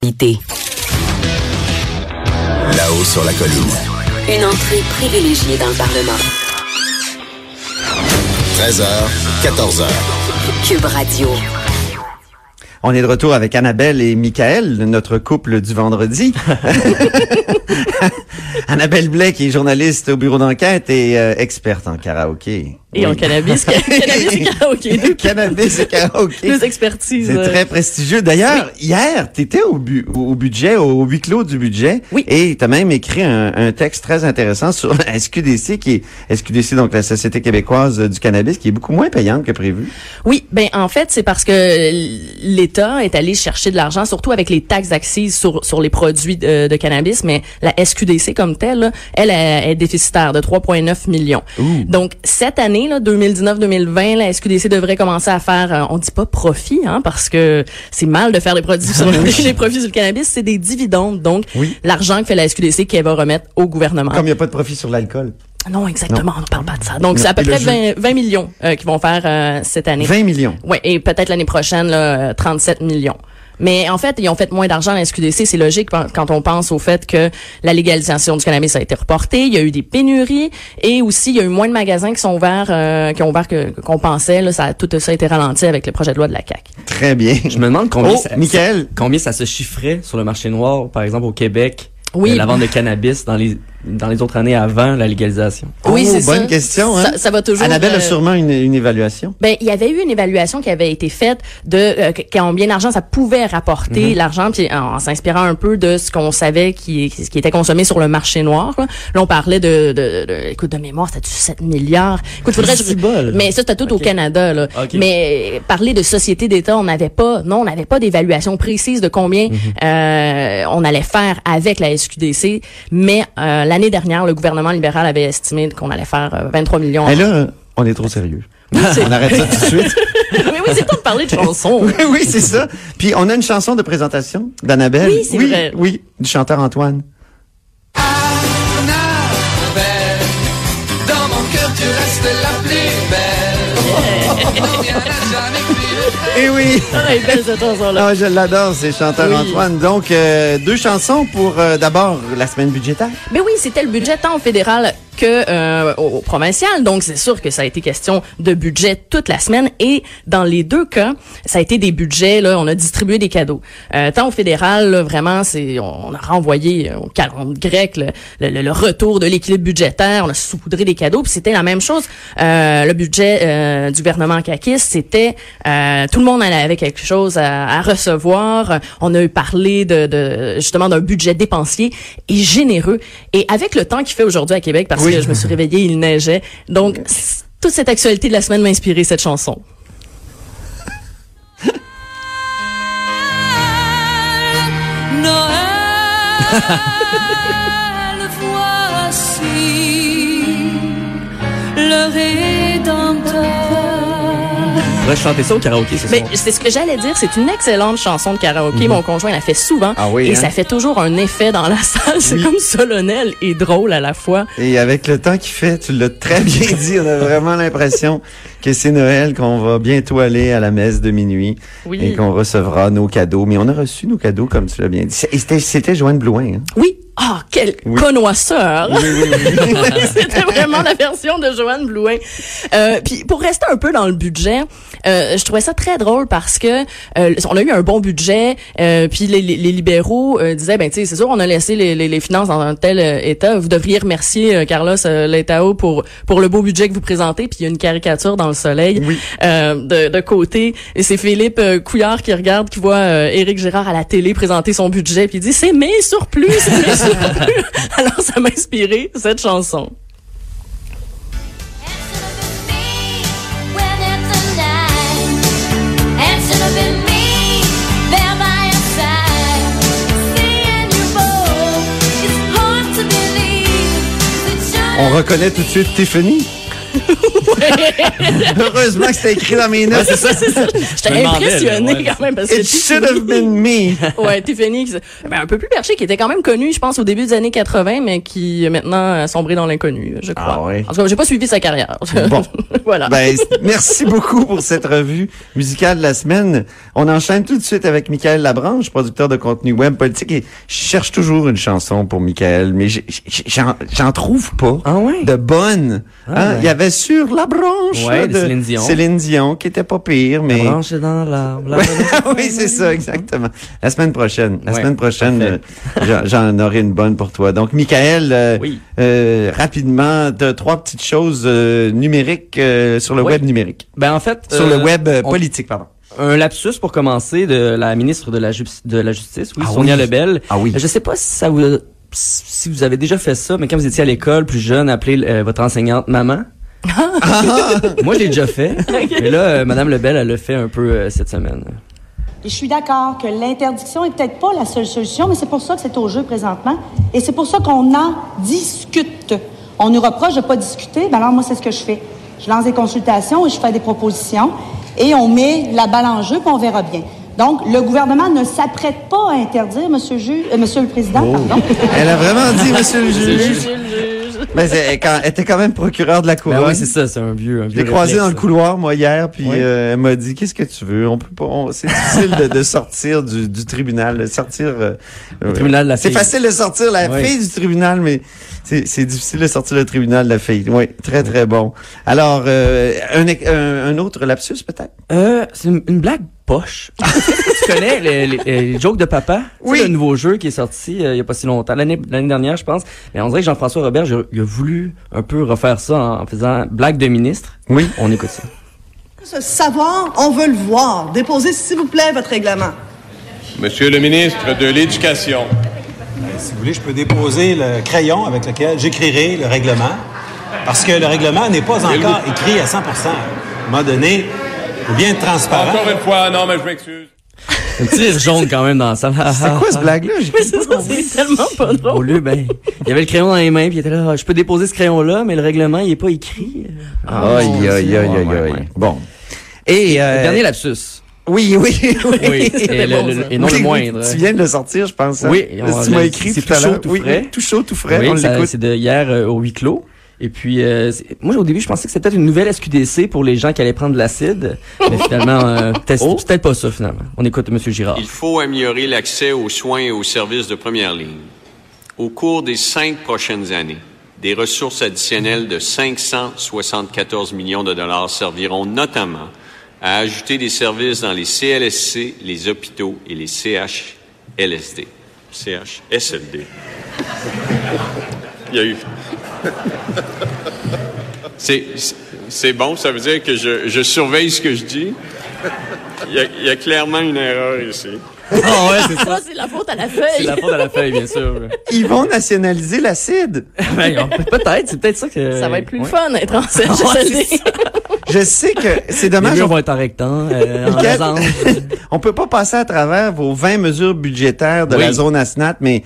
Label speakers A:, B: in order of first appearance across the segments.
A: réalité.
B: Là-haut sur la colline.
A: Une entrée privilégiée dans le Parlement.
B: 13h, 14h.
A: Cube Radio.
C: On est de retour avec Annabelle et Michael, notre couple du vendredi. Annabelle Blais, qui est journaliste au bureau d'enquête et euh, experte en karaoké.
D: Et en cannabis, ca- cannabis et karaoké. Deux,
C: Cannabis et karaoké.
D: deux expertises.
C: C'est
D: euh,
C: très prestigieux. D'ailleurs, hier, tu étais au, bu- au budget, au huis clos du budget.
D: Oui.
C: Et tu as même écrit un, un texte très intéressant sur la SQDC, qui est SQDC, donc la Société québécoise du cannabis, qui est beaucoup moins payante que prévu.
D: Oui, ben en fait, c'est parce que l'État est allé chercher de l'argent, surtout avec les taxes d'accise sur, sur les produits de, de cannabis, mais la SQDC comme telle, là, elle, elle est déficitaire de 3,9 millions. Donc, cette année, là, 2019-2020, la SQDC devrait commencer à faire, euh, on dit pas profit, hein, parce que c'est mal de faire des produits sur les profits sur le cannabis, c'est des dividendes, donc
C: Oui.
D: l'argent que fait la SQDC qu'elle va remettre au gouvernement.
C: Comme il n'y a pas de profit sur l'alcool.
D: Non, exactement, on ne parle pas de ça. Donc, c'est à peu
C: Et le
D: près
C: jeu.
D: 20, 20 millions euh, qu'ils vont faire euh, cette année.
C: 20 millions.
D: Oui, et peut-être l'année prochaine, là, euh, 37 millions. Mais en fait, ils ont fait moins d'argent à la SQDC. C'est logique pen- quand on pense au fait que la légalisation du cannabis a été reportée, il y a eu des pénuries et aussi il y a eu moins de magasins qui sont ouverts, euh, qui ont ouvert que- qu'on pensait. Là, ça, tout ça a été ralenti avec le projet de loi de la CAQ.
C: Très bien.
E: Je me demande combien,
C: Oh,
E: ça,
C: Michael.
E: combien ça se chiffrait sur le marché noir, par exemple au Québec,
D: Oui.
E: euh, la vente de cannabis dans les, dans les autres années avant la légalisation.
D: Oui,
C: Oh,
D: c'est
C: bonne
D: ça.
C: question. Hein?
D: Ça- ça va toujours,
C: Annabelle a
D: euh,
C: sûrement une, une évaluation.
D: Ben, il y avait eu une évaluation qui avait été faite de euh, que- combien d'argent ça pouvait rapporter
E: Mhm.
D: l'argent, puis en, en s'inspirant un peu de ce qu'on savait qui, qui qui était consommé sur le marché noir. Là, Là, on parlait de, de, de- écoute de mémoire, c'était 7 milliards. Écoute, faudrait que je-
E: C'est bol.
D: mais ça c'était tout au
E: Ok.
D: Canada là.
E: Ok.
D: Mais euh, parler de société d'État, on n'avait pas, non, on n'avait pas d'évaluation précise de combien
E: Mhm.
D: euh, on allait faire avec la SQDC. Mais euh, l'année dernière, le gouvernement libéral avait estimé qu'on allait faire euh, 23 millions.
C: Et là, on est trop sérieux.
D: c'est-
C: on arrête ça tout de suite.
D: Mais oui, c'est temps de parler de chansons.
C: Oui, oui, c'est ça. Puis on a une chanson de présentation d'Annabelle.
D: Oui, c'est
C: oui,
D: vrai.
C: Oui, du chanteur Antoine.
F: Annabelle, dans mon cœur tu restes la plus belle. Non, rien n'a jamais plus.
C: Eh oui.
D: Ah, elle est belle cette chanson-là.
C: Ah, je l'adore, c'est chanteur
D: Oui.
C: Antoine. Donc, euh, deux chansons pour euh, d'abord la semaine budgétaire.
D: Mais oui, c'était le budget tant au fédéral que euh, au, au provincial. Donc, c'est sûr que ça a été question de budget toute la semaine. Et dans les deux cas, ça a été des budgets. Là, on a distribué des cadeaux. Euh, tant au fédéral, là, vraiment, c'est on, on a renvoyé euh, au calendrier grec le, le- le- le retour de l'équilibre budgétaire. On a saupoudré des cadeaux. Puis c'était la même chose. Euh, le budget euh, du gouvernement caquiste, c'était euh, tout le monde allait avec quelque chose à, à recevoir. On a eu parlé de, de- justement d'un budget dépensier et généreux. Et avec le temps qu'il fait aujourd'hui à Québec, parce
C: Oui.
D: que je me suis réveillée, il neigeait. Donc c- toute cette actualité de la semaine m'a inspiré cette chanson.
G: Noël, voici le Rédempteur.
E: On pourrait chanter ça au karaoké ce
D: Mais
E: soir.
D: c'est ce que j'allais dire, c'est une excellente chanson de karaoké. Mon conjoint la fait souvent
C: Mhm. Ah oui,
D: et
C: hein?
D: ça fait toujours un effet dans la salle. C'est comme solennel et drôle à la fois.
C: Et avec le temps qu'il fait, tu l'as très bien dit, on a vraiment l'impression que c'est Noël, qu'on va bientôt aller à la messe de minuit
D: Oui.
C: et qu'on recevra nos cadeaux. Mais on a reçu nos cadeaux, comme tu l'as bien dit. Et c'était, c'était Joanne Blouin. hein.
D: Oui. Ah, quelle
C: Oui.
D: connoisseur! C'était vraiment la version de Joanne Blouin. Euh, Puis pour rester un peu dans le budget, euh, je trouvais ça très drôle parce que euh, on a eu un bon budget. euh, Puis les, les- les libéraux euh, disaient, ben tu sais, c'est sûr, on a laissé les, les- les finances dans un tel euh, état. Vous devriez remercier euh, Carlos euh, Letao pour pour le beau budget que vous présentez. Puis il y a une caricature dans le soleil euh, de, de côté. Et c'est Philippe euh, Couillard qui regarde, qui voit euh, Éric Gérard à la télé présenter son budget, puis il dit c'est mes surplus, c'est mes surplus. Alors ça m'a inspiré cette chanson.
C: Oh, On reconnaît tout de suite Tiffany. Heureusement que c'était écrit dans mes notes.
E: c'est ça, c'est ça. Je me
D: J'étais
E: demandais, là,
D: impressionnée
E: ouais.
D: quand même parce que
C: It should have
D: Tiffany,
C: been me.
D: ouais, Tiffany, qui s- ben, un peu plus perché, qui était quand même connue, je pense, au début des années 80, mais qui euh, maintenant a sombré dans l'inconnu, je crois.
C: Ah ouais.
D: En tout cas, j'ai pas suivi sa carrière.
C: Bon.
D: voilà.
C: Ben, c- merci beaucoup pour cette revue musicale de la semaine. On enchaîne tout de suite avec Michael Labranche, producteur de contenu web politique. Et je cherche toujours une chanson pour Michael, mais j'ai- j'ai- j'en j'en trouve pas
E: Ah ouais?
C: de bonne.
E: Ah
C: Hein,
E: ouais.
C: Il y avait sur Labranche
E: Ouais,
C: là,
E: de Céline Dion.
C: Céline Dion, qui était pas pire, mais...
E: Branche dans l'arbre. la-
C: oui, c'est ça, exactement. La semaine prochaine. La
E: Ouais,
C: semaine prochaine,
E: parfait.
C: euh, j'en- j'en aurai une bonne pour toi. Donc, Michael, euh,
E: Oui.
C: euh, rapidement, t'as trois petites choses euh, numériques euh, sur le
E: Oui.
C: web numérique.
E: Ben en fait,
C: Sur
E: euh,
C: le web euh,
E: on- Ah,
C: politique, pardon.
E: Un lapsus pour commencer de la ministre de la, ju- de la Justice, oui,
C: Ah
E: Sonia
C: oui.
E: Lebel.
C: Ah oui.
E: Je sais pas si ça vous, si vous avez déjà fait ça, mais quand vous étiez à l'école plus jeune, appelez euh, votre enseignante maman.
C: Ah.
E: Moi, j'ai déjà fait. Mais là, euh, Madame Lebel, elle le fait un peu euh, cette semaine.
H: Et je suis d'accord que l'interdiction est peut-être pas la seule solution, mais c'est pour ça que c'est au jeu présentement. Et c'est pour ça qu'on en discute. On nous reproche de pas discuter. Ben alors, moi, c'est ce que je fais. Je lance des consultations et je fais des propositions. Et on met la balle en jeu, puis on verra bien. Donc, le gouvernement ne s'apprête pas à interdire, Monsieur, Ju- euh, Monsieur le Président, pardon.
C: Oh. Elle a vraiment dit, monsieur le juge. Mais c'est- elle, quand- elle était quand même procureur de la couronne.
E: Ben oui, c'est ça, c'est un vieux, un
C: Je
E: vieux
C: l'ai croisée
E: réflexe,
C: dans le
E: ça.
C: couloir, moi, hier, puis
E: Oui.
C: euh, elle m'a dit, qu'est-ce que tu veux? On peut pas, on- c'est difficile de, de sortir du, du tribunal, de sortir... euh, euh,
E: tribunal de la
C: C'est
E: fille.
C: facile de sortir la
E: Oui.
C: fille du tribunal, mais c'est c'est difficile de sortir le tribunal de la fille. Oui, très, très bon. Alors, euh, un, é- un, un autre lapsus, peut-être?
E: Euh, c'est une, une blague poche. tu connais les, les- les jokes de papa?
C: Oui.
E: C'est le nouveau jeu qui est sorti euh, il y a pas si longtemps, l'année l'année dernière, je pense. Mais on dirait que Jean-François Robert, je- il a voulu un peu refaire ça en faisant blague de ministre.
C: Oui.
E: On écoute ça.
I: Ce savoir, on veut le voir. Déposez, s'il vous plaît, votre règlement.
J: Monsieur le ministre de l'Éducation.
K: Si vous voulez, je peux déposer le crayon avec lequel j'écrirai le règlement, parce que le règlement n'est pas encore écrit à 100 m'a donné, ou bien être transparent.
J: Encore une fois, non, mais je m'excuse.
E: Un petit rire jaune quand même dans la salle. Ah,
C: C'est quoi, cette blague-là? J'ai-
D: Mais c'est ça, c'est tellement pas drôle.
E: Au lieu, ben, il y avait le crayon dans les mains, puis il était là, Ah, je peux déposer ce crayon-là, mais le règlement, il est pas écrit. Ah, mon
C: Aïe,
E: Dieu.
C: aïe, aïe, aïe,
E: Ouais, ouais,
C: aïe.
E: ouais.
C: Bon. Et... euh,
E: Dernier lapsus.
C: Oui, oui, oui.
E: Oui, et, le-
D: bon,
E: le-
D: ça.
E: et non
C: Oui,
E: le
C: oui,
E: moindre.
C: Tu viens de le sortir, je pense. hein?
E: Oui,
C: Parce que
E: on-
C: tu m'as
E: le-
C: écrit
E: c'est
C: tout à
E: tout chaud,
C: l'heure.
E: tout
C: Oui,
E: frais.
C: Tout chaud, tout frais.
E: Oui,
C: on
E: ça-
C: l'écoute.
E: C'est de hier euh, au huis clos. Et puis, euh, c'est- moi, au début, je pensais que c'était peut-être une nouvelle SQDC pour les gens qui allaient prendre de l'acide. Mais finalement, euh, peut-être c'est peut-être pas ça, finalement. On écoute M. Girard.
J: Il faut améliorer l'accès aux soins et aux services de première ligne. Au cours des cinq prochaines années, des ressources additionnelles de 574 millions de dollars serviront notamment à ajouter des services dans les CLSC, les hôpitaux et les CHLSD. CHSLD. Il y a eu. C'est, c'est bon, ça veut dire que je, je surveille ce que je dis. Il y a- il y a clairement une erreur ici.
E: Ah ouais, c'est
D: Ça, c'est la faute à la
E: c'est
D: feuille.
E: la faute à la feuille, bien sûr.
C: Ils vont nationaliser l'acide.
E: Ben, on- peut-être, c'est peut-être ça que...
D: Ça va être plus le
E: Ouais.
D: fun d'être en
E: Ouais,
D: CHSLD.
E: c'est
C: Je sais que c'est dommage.
E: Les murs
C: on-
E: vont être en rectangle, euh, en
C: Michael,
E: losange.
C: on peut pas passer à travers vos 20 mesures budgétaires de
E: Oui.
C: la zone ASNAT, mais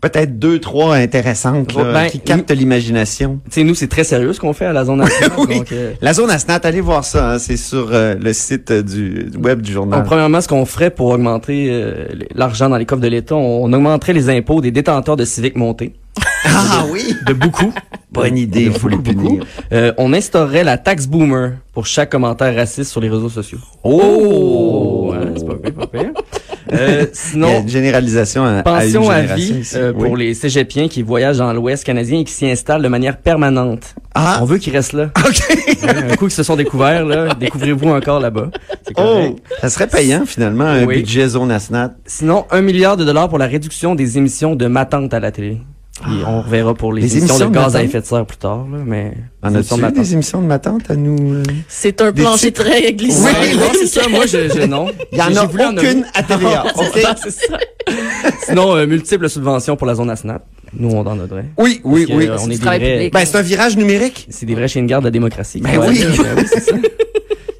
C: peut-être deux, trois intéressantes là,
E: Ben,
C: qui captent l'imagination.
E: Tu sais, nous, c'est très sérieux ce qu'on fait à la zone nationale.
C: Oui.
E: donc, euh,
C: La zone ASNAT, allez voir ça. hein, c'est sur euh, le site euh, du du web du journal.
E: Donc, premièrement, ce qu'on ferait pour augmenter euh, l'argent dans les coffres de l'État, on, on augmenterait les impôts des détenteurs de civiques montés.
C: Ah oui!
E: De beaucoup.
C: Bonne
E: De-
C: idée,
E: de
C: faut
E: beaucoup,
C: les punir.
E: beaucoup. Euh, on instaurerait la taxe boomer pour chaque commentaire raciste sur les réseaux sociaux.
C: Oh!
E: Ouais, c'est pas pire, pas pire. Euh,
C: Il y a
E: sinon,
C: une généralisation à, à
E: pension
C: une
E: à
C: génération
E: vie
C: ici.
E: euh,
C: Oui.
E: pour les cégepiens qui voyagent dans l'Ouest canadien et qui s'y installent de manière permanente.
C: Ah!
E: On veut qu'ils restent là.
C: OK!
E: Un coup qu'ils se sont découverts, là, découvrez-vous encore là-bas. C'est
C: Oh!
E: correct.
C: Ça serait payant, finalement, un
E: Oui.
C: budget zone ASNAT.
E: Sinon, un milliard de dollars pour la réduction des émissions de ma tante à la télé. Puis on reverra pour les,
C: Ah. Les
E: émissions,
C: émissions de
E: de gaz
C: ma
E: à
C: tante?
E: effet de serre plus tard, là, mais...
C: En
E: les émissions
C: as-tu
E: de ma
C: vu
E: tante.
C: des émissions de ma tante à nous? euh?
D: C'est un
C: Des
D: plancher
C: titres.
D: très glissant.
C: Oui,
E: Ouais,
C: oui.
E: non, c'est ça. Moi, je, je- non.
C: Il y en
E: J'ai
C: a
E: voulu nommer.
C: aucune à TVA, OK?
E: Ah, c'est ça. Sinon, euh, multiples subventions pour la zone ASNAP. Nous, on en donnerait.
C: Oui, oui,
E: Parce que,
C: oui.
E: euh, on
D: du
E: est des
D: travail
E: vrais,
D: public.
C: Ben, c'est un virage numérique.
E: c'est des vrais chiens de garde de la démocratie.
C: Ben oui.
E: c'est ça.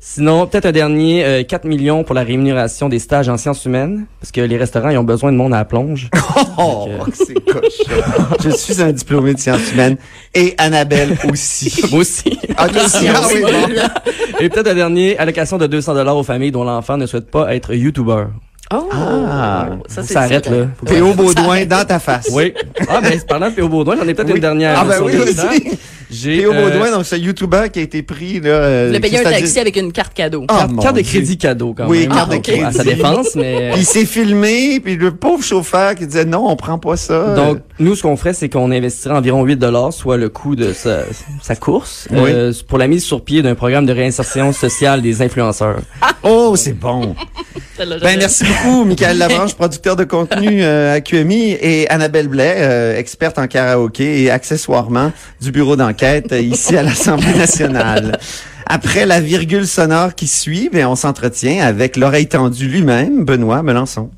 E: Sinon, peut-être un dernier, euh, 4 millions pour la rémunération des stages en sciences humaines, parce que les restaurants, ils ont besoin de monde à la plonge.
C: Oh, c'est cochon. Je suis un diplômé de sciences humaines et Annabelle aussi.
E: Moi aussi.
C: Ah, toi aussi. Ah oui, bon.
E: Et peut-être un dernier, allocation de 200 dollars aux familles dont l'enfant ne souhaite pas être youtubeur.
D: Oh!
C: Ah.
D: ça,
E: Ça arrête, là.
D: hein.
E: Faut que-
C: Théo Baudouin dans ta face.
E: Oui. Ah, ben, parlant de Théo Baudouin, j'en ai peut-être
C: Oui.
E: une dernière.
C: Ah, ben
E: sur
C: oui,
E: les
C: vas-y.
E: gens. J'ai,
C: Théo
E: euh,
C: Baudouin, donc ce YouTuber qui a été pris, là. euh,
D: Le
C: qui
D: payer un
C: s'est dit-
D: taxi avec une carte cadeau.
C: Ah,
E: carte,
C: mon
E: carte de
C: Dieu.
E: crédit cadeau, quand
C: Oui,
E: même.
C: carte de
E: donc,
C: crédit.
E: À sa défense, mais... euh,
C: Puis il s'est filmé, puis le pauvre chauffeur qui disait non, on prend pas ça.
E: Donc, nous, ce qu'on ferait, c'est qu'on investirait environ 8 soit le coût de sa, sa course,
C: Oui.
E: euh, pour la mise sur pied d'un programme de réinsertion sociale des influenceurs.
C: oh, c'est bon.
D: Celle-là,
C: Ben
D: je-
C: merci beaucoup, Michael Labranche, producteur de contenu euh, à QMI, et Annabelle Blais, euh, experte en karaoké et accessoirement du bureau d'enquête euh, ici à l'Assemblée nationale. Après la virgule sonore qui suit, ben on s'entretient avec l'oreille tendue lui-même, Benoît Melançon.